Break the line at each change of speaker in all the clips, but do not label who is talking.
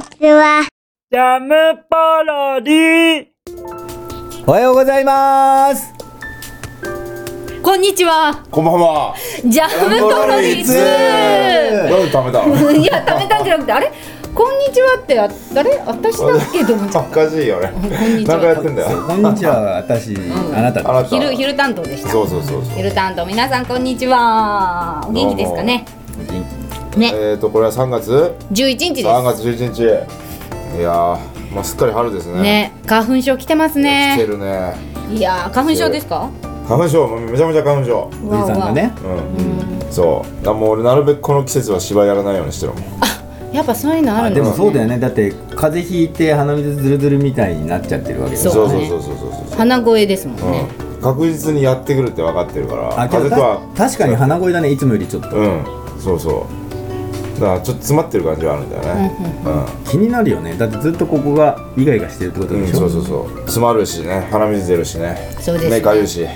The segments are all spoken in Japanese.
ちは。
ジャムパロディ
おはようございます。
こんにちは。
こんばんは。
ジャムトロリーツー。
どう食べた。
いや、食べたんじゃなくて、あれ、こんにちはって、あ、あれ、私だっけと思っちゃ
お
っ
かしいよね。
た。こんにち
なんかやっ
は。
てんだ
そ
よ。
うこんにちは、私、あなた
あなた。
昼、昼担当でした。
そうそうそうそう。
昼担当、皆さん、こんにちは。お元気ですかね。ね、
えっとこれは3月
十一日で
3月11日。いやー、まあすっかり春です
す。
ね。
ね、花粉症来てます
来て
ね。
るね。
いやー、花粉症ですか。
花粉症、もうめちゃめちゃ花粉症。
おじさんがね。
うん。そう。だもう俺なるべくこの季節は芝居やらないようにしてるもん。
やっぱそういうのある
あ
ん
で
です
もそ
ね
うだよね。だって風邪ひいて鼻水ずるずるみたいになっちゃってるわけです
そ
よ。
そう
うだ
そう
ね
そうそうそうそう。
鼻声ですもんね。
うん。確実にやってくるって分かってるから。
あけ
風
ど
邪とは。
た確かに鼻声だね。いつもよりちょっと
うん。そうそう。だからちょっと詰まってる感じはあるんだよね。うん。
気になるよね。だってずっとここがイガイガしてるってこと
う
で
ん、
しょ。
そうそうそう詰まるしね鼻水出るしね
そうですね
目かゆいし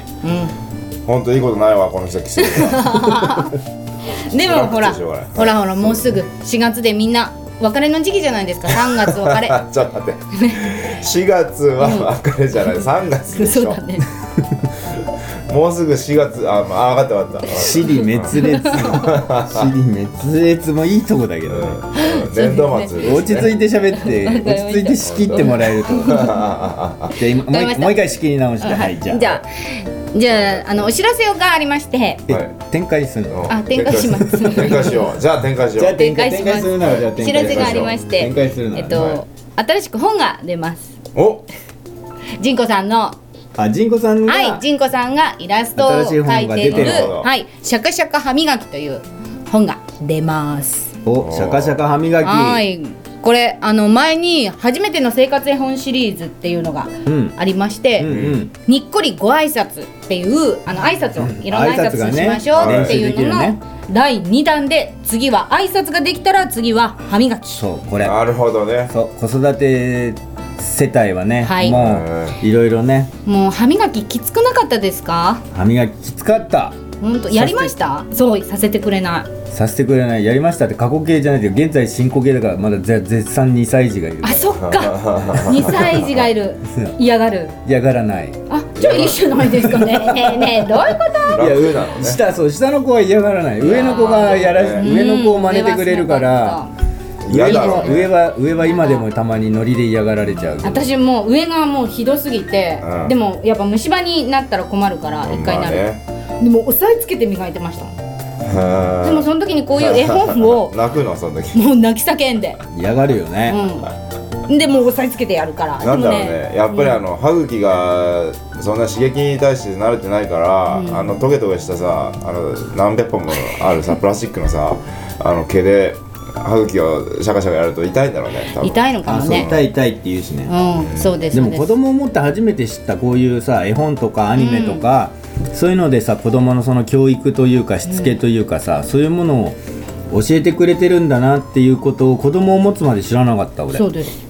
ほんといいことないわこの季節
でもほら
辛口でしょこれ
ほらほらもうすぐ4月でみんな別れの時期じゃないですか3月別れ
ちょっと待って4月は別れじゃない3月で し
そう
ょ
だね
もうすぐ4月あ、まあ、分かった分かった
死に滅裂。 死に滅裂もいいとこだけどね。
うん年度末ですね
落ち 着いて喋 って、落ち着いて仕切ってもらえると。じゃあ今もう
わか
一
りました
もう一回仕切り直して、はい、じゃあ。
じゃあじゃああのお知らせがありまして
え
はい
展開するの。
うん
あ展開します
展開しようじゃあ展開しよ
じゃあ
う
展
展
開
開します
するならじゃあ
お
展
知
開
らせがありまして
展開するなら
えっと、
はい
新しく本が出ます
お
ジンコさんの
あ、ジンコさんが、
はいジンコさんがイラストを
新しい
描
本が
いてい
出
る
てる
の
はいシャカシャカ歯磨きという本が出ます
お、シャカシャカ歯磨き。
はいこれあの前に初めての生活絵本シリーズっていうのが
うん
ありまして、
うんうん。
にっこりご挨拶っていうあの挨拶をいろんな挨
挨拶が
拶
ね
しましょうっていうの
練習で
の
き
第2弾で次は挨拶ができたら次は歯磨き
そう、これ。
なるほどね
そう、子育て世帯はね、
はい
もう、いろいろね、
もう歯磨ききつくなかったですか
歯磨ききつかった。
本当やりましたそうさせてくれない
させてくれない、やりましたって過去形じゃないけど、現在進行形だから、まだぜ絶賛2歳児がいるか
あ
ら。
そっか2歳児がいる
そう
嫌がる
嫌がらない。
あじゃあいいじゃないですかねねえねえどういうこと
楽なの ね
下、そう、下の子は嫌がらない。上の子がやら、上の子を真似てくれるから、
嫌
上
だ
は
ろう
上
ね
は上は今でもたまにノリで嫌がられちゃうけど
私もう上がもうひどすぎて、
うん
でもやっぱ虫歯になったら困るから一回
ま
な
あ
る、
ね
でも押さえつけて磨いてましたもん
うん
でもその時にこう いう絵本を
泣くのその時
もう泣き叫んで、
嫌がるよね、
うん、でもう押さえつけてやるから
なんだろうね
でも
やっぱりあの歯茎がそんな刺激に対して慣れてないから、あのトゲトゲしたさあの何百本もあ るさプラスチックのさあの毛で歯茎をシャカシャカやると痛いんだろうね多分
痛いのか
あ
も
そう
ね
痛い痛いって言うしね、
うんそうです
で
そ
も
うで
子
す
供を持って初めて知ったこういうさ絵本とかアニメとか、そういうのでさ子供のその教育というかしつけというかさ、そういうものを教えてくれてるんだなっていうことを子供を持つまで知らなかった俺
そうです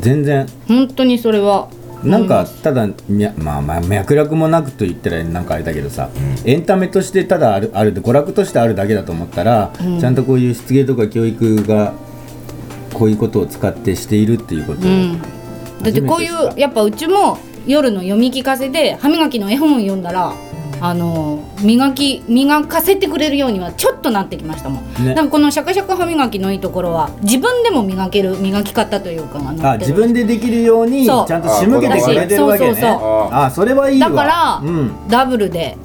全然
本当にそれは
なんかただ、みゃまあ、まあ脈絡もなくと言ったらなんかあれだけどさ、エンタメとしてただあるあるで娯楽としてあるだけだと思ったら、ちゃんとこういう失芸とか教育がこういうことを使ってしているっていうことを、
だってこうい
初めて知っ
うやっぱうちも夜の読み聞かせで歯磨きの絵本を読んだらあの磨き磨かせてくれるようにはちょっとなってきましたもん、
ね
なんかこのシャカシャカ歯磨きのいいところは自分でも磨ける磨き方というかが載ってる
あ自分でできるようにち
そう
ゃんと仕向けてくれてるわけね
そうそうそう
あそれはいいわ
だから、
うん、
ダブルで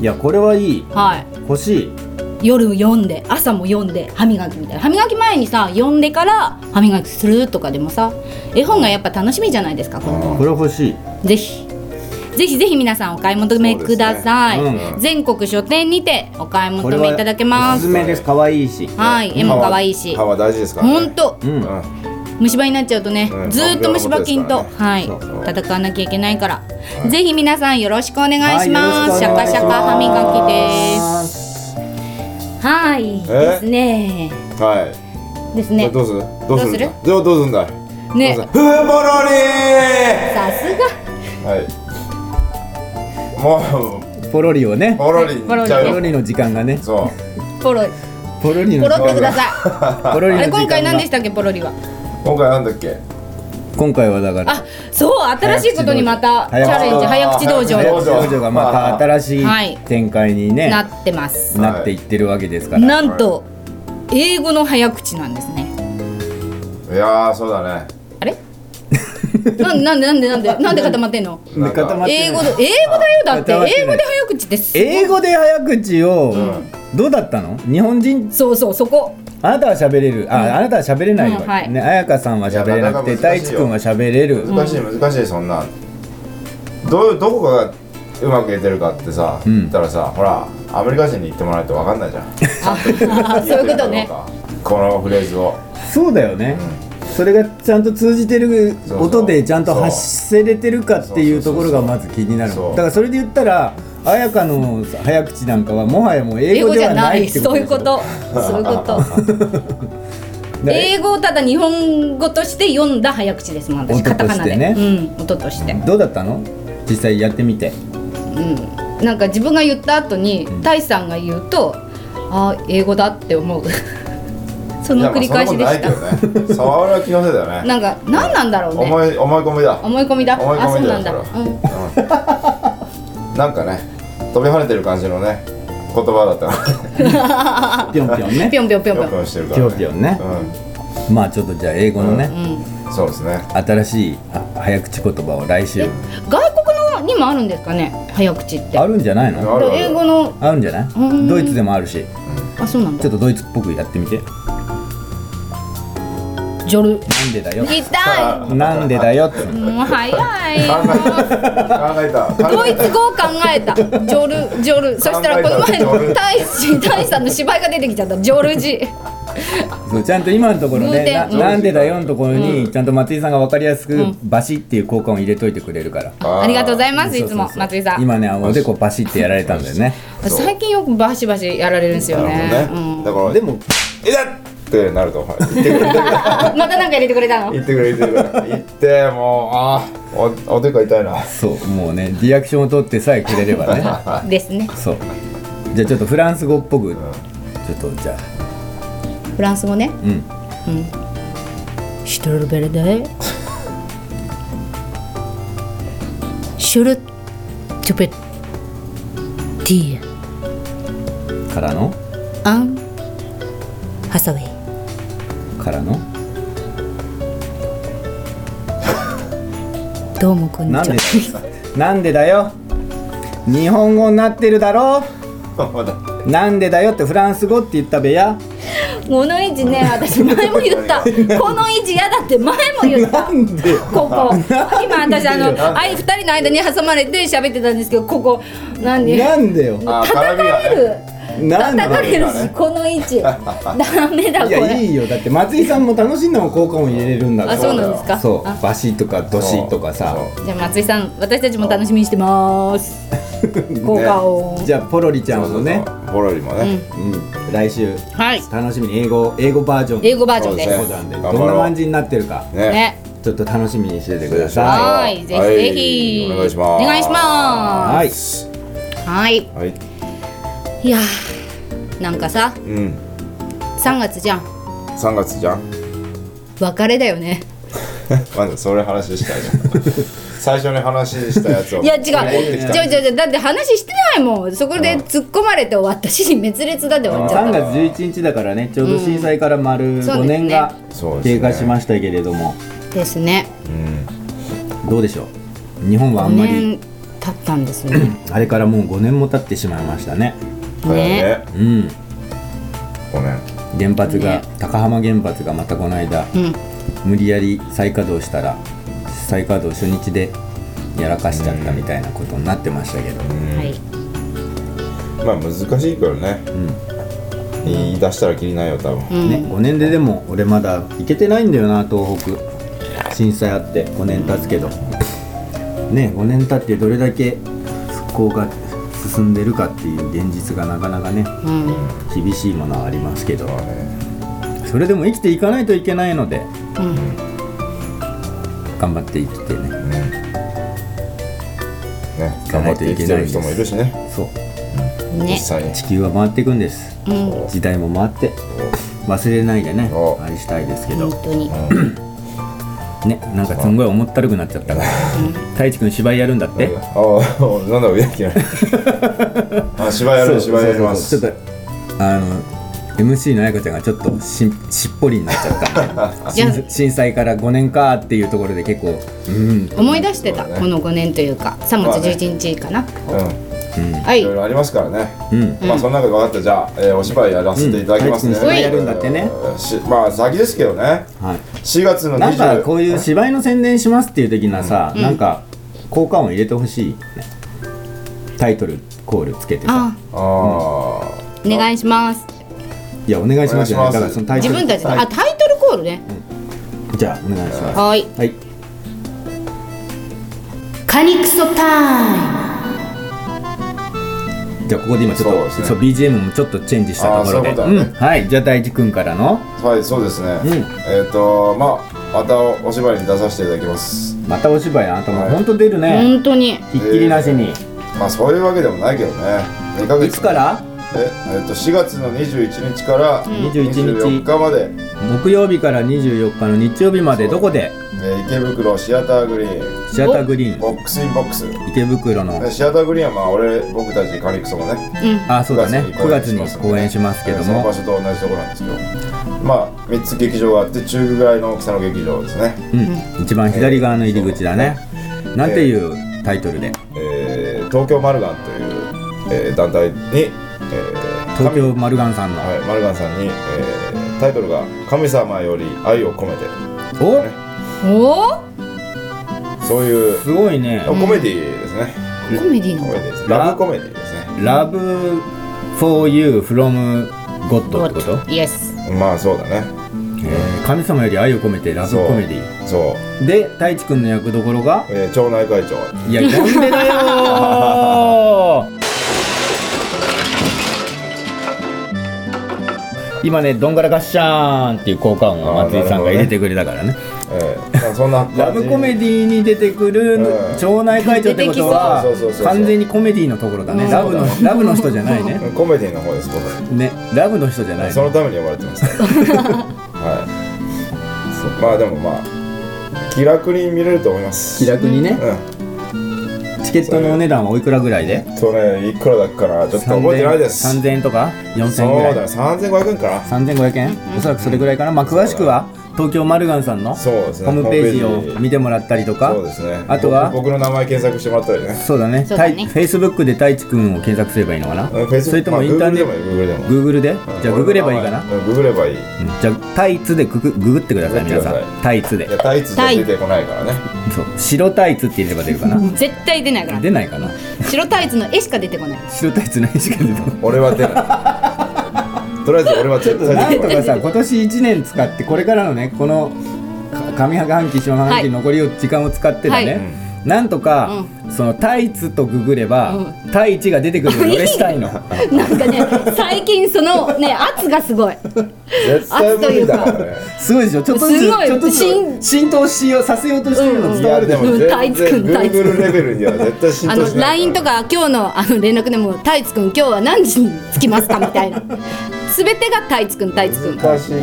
いやこれはいい
はい
欲しい
夜読んで朝も読んで歯磨きみたいな歯磨き前にさ読んでから歯磨きするとかでもさ絵本がやっぱ楽しみじゃないですかこの
これ欲しい
ぜひぜひぜひ皆さんお買い求めください、
そう
すねうん
全国書店にてお買い
こ
求
れ
め
はい
ただけ
お
ま
す
す
すめです可愛いし
はい絵
歯
も
は
可愛いし
歯は大事ですからね
ほんと、
うん
う
虫歯になっちゃうとね、
うん
ずーっと虫歯菌と、
本当に
はい
そう
そう
戦わなきゃいけないから、ぜひ皆さんよろしくお願いします、
はい
シ
よ
ャ
ろ
カ
し
シ
く
ャ
お
カ歯
願いしま
磨きです
す
はい
え
ですね
んはい
ですね
これどうするどうす
どう
る
する
どうどうするんだい
ね
どうするふーぼろり
さすが
ーはいもう
ポロリをね
ぼろりに行っちゃ
ポ
う
ロ
よ
リの時間がね
そう
ポロリ
ポロリの
ポ
時
ロっ
間
てく
が
ださい
ポロリ
あ
の
れ
時間が
今回何でしたっけポロリは
今回なんだっけ
今回はだから
あそう新しいことにまたチ
早口道場
ャレンジ早口道場
早口道
少女がまた新し
はい
い展開にね、
なってます
はい
なっていってるわけですから、
なんと英語の早口なんですね
いやーそうだね
あれ ななんでなんでなんでなんで固まってんの
なんか
固まってる
英語で英語だよだって
固まってない
英語で早口です
英語で早口を、どうだったの日本人
そうそうそこ
あなたは喋れるあ,、あなたは喋れないよ、
うんはい
ね彩香さんは喋れなくて
いやなかなか難
太
しいよ
一くんは喋れる、
難しい難しいそんなんどうどこがうまくいってるかってさ、
ん
言ったらさほらアメリカ人に言ってもらないと分かんないじゃん
あそういうことね
このフレーズを
そうだよね、それがちゃんと通じてる
そうそう
音でちゃんと発せれてるかっていうところがまず気になる
そう
だからそれで言ったら彩香の早口なんかはもはやもう英
英
語
語
で
じ
は
ゃな
ない
い
って
そういう
こ
こととそういうこと
だから
英語をただ日本語として読んだ早口ですもん私
音と
カ
してね
タカナで、うん音として、
どうだったの実際やってみて
うん、なんか自分が言った後にタイさんが言うとあー英語だって思う その繰り返しでした
いやまあそんなことないけどね沢村は気のせいだよね
なんか何なんだろうね
思い思い込みだ
思い込みだ
思い
あそ
込
う
みだ
な
よ
んだ、
それ
うん、
うんなんかね飛び跳ねてる感じのね言葉だったな
ぴょんぴょんね
ぴょんぴょんぴょん
ぴ
ぴょ
ょん
ん
ぴょんしてるから
ぴょんぴょんねまあちょっとじゃあ英語のね、
うん、そうですね
新しいあ早口言葉を来週
外国のにもあるんですかね早口って
あるんじゃないの
あるある
英語の
あるんじゃな
うん
いドイツでもあるし
あそうなんだ
ちょっとドイツっぽくやってみてな
ジョル
んでだよ
痛
なんでだよって
いもう早い
考
よ
えた考えた考えた
ドイツ語を考えたジョルジョルそしたらこの前
考え
の
た
大使大使さんの芝居が出てきちゃったジョルジ
そうちゃんと今のところ
偶
ね
然
な
うん
なんでだよのところにちゃんと松井さんが分かりやすくバシっていう効果音入れといてくれるから
あー
ありがとうございます
そ
いうつ
そう
も
そう
松井さん
今ねあのおでこバシってやられたんだよね
最近よくバシバシやられるんですよ
なる
ねう
ほどね
ん
だから
でも
えだってなるとほら言ってくれて
あ またなんか入れてくれたの
言ってくれ言ってくれ言ってもうあーおおでこ痛いな
そうもうねリアクションを取ってさえくれればね
ですね
そうじゃあちょっとフランス語っぽくちょっとじゃあ
フランス語ね
うん
シュトルベルデシュルトゥペティ
からの
アンハサウェイ
からの
どうもこん
な
に
ん
ち
で
は
だよなんでだよ日本語になってるだろ
まだ
なんでだよってフランス語って言ったべや
この位置ね私前も言ったこの位置嫌だって前も言った
なんで
ここ今私あのあい二人の間に挟まれて喋ってたんですけどここ何
なんでよ
あー絡みが
叩かれ
ね
る
なん
叩か
で
れるしこの位置ダメだ
い
こ
やい
れ
いよだって松井さんも楽しんだもん効果音入れれるんだから
あそうなんですか
そう
あ
バシとかドシとかさ
そう
じゃあ松井さん私たちも楽しみにしてます 効果音
じゃあポロリちゃんのね
そうそうそうボロリもね
うん来週
はい
楽しみに英語英語バージョン
英語バージョンで
そう
す
で
なんで
頑
ど
張ろうん
な感じになってるか
ね
ね
ちょっと楽しみにしててくだ
は
さい
はいぜひぜひ
はいお願いします
お願いしま
はい
すはい
はい、
いやーなんかさ
うん
3月じゃん
3月じゃん
別れだよね
まずそれ話したいじゃん 最初に話したやつを
いや違う
持ってきた
違う違う違うだって話してないもんそこで突っ込まれて終わったし滅裂だって終わっちゃ
3
っ
月11日だからねちょうど震災から丸5年が
そうですね
経過しましたけれども
たですね
どうでしょう日本はあんまり
年経ったんですよね
あれからもう5年も経ってしまいましたね
そうだ
ね
ね
うん
ごめん
原発が、
ね
高浜原発がまたこの間、
ん
無理やり再稼働したら再稼働初日でやらかしちゃったみたいなことになってましたけど、
はい
まあ難しいけどね、言い出したらきりないよ多分、
ね、5年ででも俺まだ行けてないんだよな東北震災あって5年経つけど、ね5年経ってどれだけ復興が進んでるかっていう現実がなかなかね
うん
厳しいものはありますけど
まあね
それでも生きていかないといけないので、頑張って生きてね
ね
頑
頑
張
張
っ
って
生
て生
き
き
て
て
る
る
人
人
も
も
い
い
る
る
し
しね実
ね
際に
地球は回っていくんです、時代も回って忘れないでね
お
あれしたいですけど、
本当に
ねなんかすんごい重ったるくなっちゃったから太一くん芝居やるんだって
ああなんだろうや きなあ芝居や
そ
る
う
芝居やりま
そ
す
うそうちょっとあの MC の彩香ちゃんがちょっとししっぽりになっちゃったんで
いや
震震災から5年かっていうところで結構うん
思い出してた、
そうだね
この5年というか3
まあ
月
ね
11日かな、
うん
はい
ろいろありますからね
うん
まあその中で分かったじゃあえーお芝居やらせていただきますね
うん
はい
やるんだってね
しまあ先ですけどね
はい
4月の
なんかこ
20
ういう芝居の宣伝しますっていう的なさ、なんか効果音入れてほしい、ね、タイトルコールつけてさ
あ
ああ
お願いします
いやお願いしますよね
お願いします
だからそのタイト
自
ル
分たちで、
は
あタイトルコールね、
いじゃあお願いしま
はーい
すはい
カニクソタイ
じゃあここで今ちょっ
そう
と
で
そ
す
う、
ね
BGM もちょっとチェンジしたところで
あーそういうことだね
ん、はいじゃあ大地君からの
はい、そうですね。
ん
えっ、と、まあ、またお芝居に出させていただきます。
またお芝居あなたも
はい
本当出るね、
本当に
ひっきりなしに、
まあ、そういうわけでもないけどね。2ヶ月
いつから
え、えっと、4月の21日から
21日
24日まで、
木曜日から24日の日曜日までどこで
えー池袋シアターグリーン、
シアターグリーン
ボックスインボックス。
池袋の
でシアターグリーンは、まあ、俺、僕たちカニクソもね、
あそうだね9月
9月
に
に
公演しますけど
えーその
も
場所と同じところなんですけど、まあ、3つ劇場があって、中ぐらいの大きさの劇場ですね。
うん、一番左側の入り口だね。なんていうタイトルで、
えー東京マルガンという、えー団体に、えー
東京マルガンさんの。
はい、マルガンさんに、えータイトルが「神様より愛を込めて
お、
おお」
そういう
すごいね。
コメディですね、
コメディ
コメ
の
ディですラブコメディですね
Love for you from God ってこと？
イエス
まあそうだね
えー神様より愛を込めてラブ
そう
コメディ。
そう、
で、太一くんの役どころが、
えー町内会長
いやなんでだよー。今ね、どんがらがっしゃーんっていう効果音を松井さんが入れてくれたからね。
えーまあそんな感じ
ラブコメディに出てくる
うん
町内会長ってことは
出てきそうそうそうそうそう
完全にコメディのところだねラブのラブの人じゃないね
コメディの方です僕
ねラブの人じゃない
そのために呼ばれて ますはいそうまあでもまあ気楽に見れると思います
気楽にね
う
チケットのお値段はおいくらぐらいで
んとねいくらだっけかなちょっと覚えてないです
3000円とか4000
そう
円ぐら
だ
い
ね3500円かな
3500円おそらくそれぐらいかなまあ詳しくは東京マルガンさんのホ
そうですね
ームページを見てもらったりとか
そうですね
あとは
僕僕の名前検索してもらったりね
そうだね
そうだね
フェイスブックで太一くんを検索すればいいのかな
うん Facebook
それともインターネッ
まあ
ト
Google でもいい Google でも
Google でじゃあググればいいかな
うんググればいいい
じゃあタイツでググググってください
ググって
皆
くだ
さ
さい
んタイツで
やタイツじゃ出てこないからね
そう白タイツって入れれば出るか な
絶対出ないから
出ないかな
白タイツの絵しか出てこない
白タイツないしか出てこない
俺は出な いとりあえず俺は絶
な
対
ん
出
と
てこ
かさ今年1年使ってこれからのねこのか上半期下半
は
期
い
残りを時間を使ってだね、
はい
なんとか、そのタイツとググれば、タイチが出てくるのを俺したい の
なんかね最近その ね圧がすごい
ない絶対無理だからね
すごいでしょちょっとず
す
つ
ごい
ちょっとずつ浸透しようさせようとしてるの
い
伝わ
や
る
で
でしょ、
も
タイ
全
ツく
然
ん
グ
タイツ
ー
くん
グルレベルには絶対浸
あ
透し
の
ない
LINE とか今日のあの連絡でも「タイツくん今日は何時に着きますか?」みた いな全てが「タイツくんタイツくん」
難しいな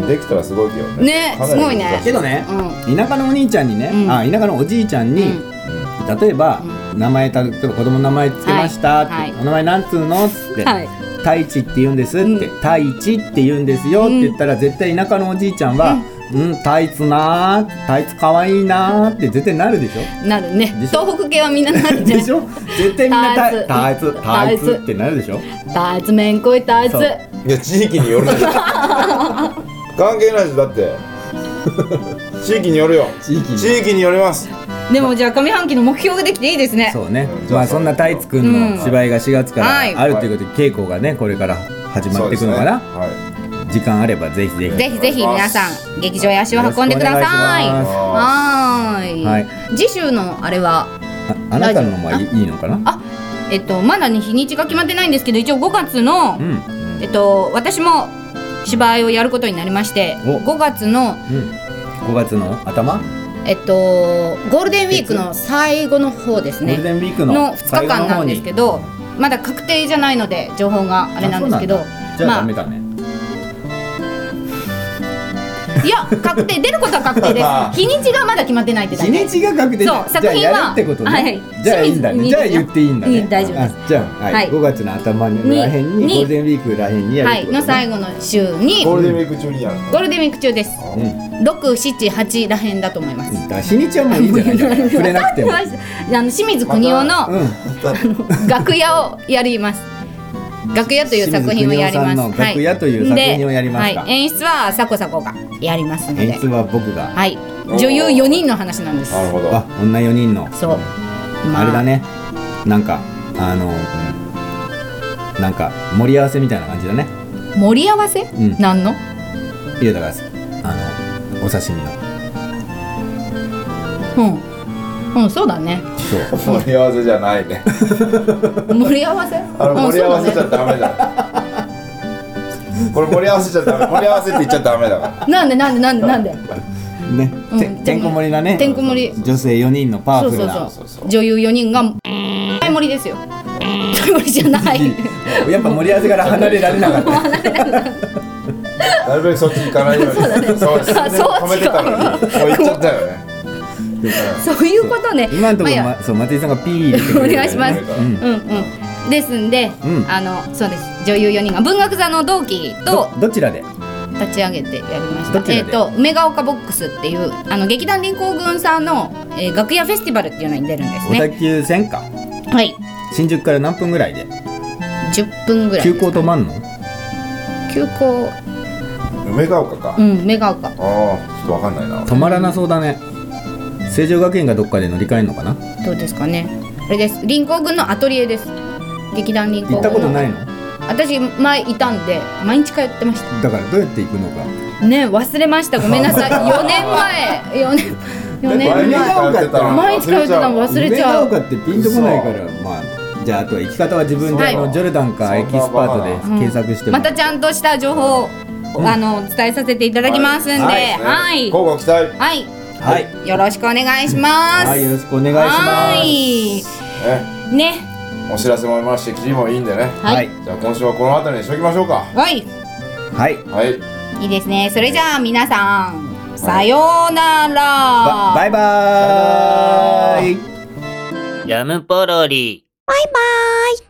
それできたらすごいけどね
ね
かなり
すごいね
難し
けどね、
う
田舎のお兄ちゃんにね、
ん
あ田舎のおじいちゃんに、例えば、名前た例えば子供の名前つけましたって、
はいはい
お名前なんつうのっつって、
はい
太一って言うんですって、太一って言うんですよって言ったら、絶対田舎のおじいちゃんは、うん、太一なー太一可愛いなーって絶対なるでしょ
なるね
でしょ
東北系はみんななるね
でしょ絶対みんな
タイ
太タイツ
ツ
タ
タ
イ
イ
ツ
ツ
ってなるでしょ
タイツめんこいタイツ
そう
いいや地域に よるでしょ関係ないでしょだって地域によるよ
地域に
地域によります
でもじゃあ上半期の目標ができていいですね
そうね
うん
まあそんな太一くんの芝居が4月か
はい
らあるということで稽古がねこれから始まっていくのかな、
そうですねはい
時間あればぜひぜひ
ぜひぜひ皆さん劇場へ足を運んでください
よろしく
お
はーい、
は
次週のあれは
ああなたのもいいいいのかな
あえっとまだに日にちが決まってないんですけど一応5月の、
うん
えっと私も芝居をやることになりまして
お
5月の
うん5月の頭、
えっとゴールデンウィークの最後の方です
ゴール
ね
デンウィークの
の2日間なんですけ
ど
どまだ確定じゃないので情報があれなんですけど
じゃあダ
ま
メ
あ
だね、
いや確定出ることは確定です 日にちがまだ決まってないってだ
日
け
にちが確定
そう作品
じ
は
ゃあやるってことね、
はい
じゃあいいんだ
清
ねじ
水
ゃあ言っていいんだね、
うん大丈夫です
あじゃあ、はい
はい
5月の頭に
に
らへんにゴ
に
ールデンウィークらへんにやる
は
って
い
こと、ね
の最後の週に
ゴー
ゴ
ルデンウィーク中にやる
ールデンウィーク中です
の
678らへんだと思います
うんだから日にちはもういいんじゃないか触れなくても、
あの清水邦夫の
うん、
楽屋をやります楽屋という作品をやります
清水邦夫さんの楽屋という
は
作品をやりますか
ではい、演出はさこさこがやりますので
演出は僕が
はい女優4人の話なんです
なるほど
あ女4人の
そう、ま
あれだねなんかあの、うんなんか盛り合わせみたいな感じだね
盛り合わせ、
ん
なんの
いやだからあのお刺身の
うんうんそうだね
そう
盛り合わせじゃないね
盛り 合わせ
あ
う
の
ん
盛り合わせ
そう
ちゃ
だね
ダメだこれ盛り合わせちゃダメ盛り合わせって言っちゃダメだから
なんでなんでなんでなんで
ね、
うん
ててんこ盛りだね
てんこ盛り
女性4人のパ
そ
ワ
う
フ
そ
ル
う
な
そう
そうそう
女優4人が大盛りですよ大盛りじゃない
やっぱ盛り合わせから離れられなかった
なるべくそっち行かないようにそうですね
あそう
止めてたのにもう行っちゃったよね
そういうことね
今のところ、
まあいいや
ま、そう松井さんがピー入れてくれる
お願いします
うん
うんうんですんで、
うん
あのそうです女優4人が文学座の同期と
どどちらで
立ち上げてやりまし
ど
た
ちらで
えっ、と梅ヶ丘ボックスっていうあの劇団林行軍さんの、えー楽屋フェスティバルっていうのに出るんです
小田
ね
急線か
はい
新宿から何分ぐらいで
10分ぐらい
急行止まんの
急行
梅ヶ丘か、
う
あ
ん梅ヶ丘
あちょっとわかんないな
止まらなそうだね成城学園がどっかで乗り換えるのかな
どうですかねあれです林行軍のアトリエです劇団林行軍
行ったことないの
私前いたんで毎日通ってまし
だからどうやって行くのか
たね忘れました ごめんなさい4年前4年4
前
年
に
前
通ってたの
毎日通ってたの忘れちゃう
梅ヶ丘ってピンとこないからまあじゃああとは行き方は自分で
は
あ
い
のジョルダンかエキスパートで
うん
検索しても
またちゃんとした情報を、あの伝えさせていただきますんで、
は
はいい、はい
交互期待
はい
よろしくお願いします。
はいよろしくお願いします
は
ね
いね、
お知らせもありますし切りもいいんでね
はい
はい
じゃあ今週はこの辺りにしときましょうか
はい、
はい
はい
いいですね。それじゃあ皆さん、さようなら。
ばバイバーイ
ラムポロリ。
バイバイ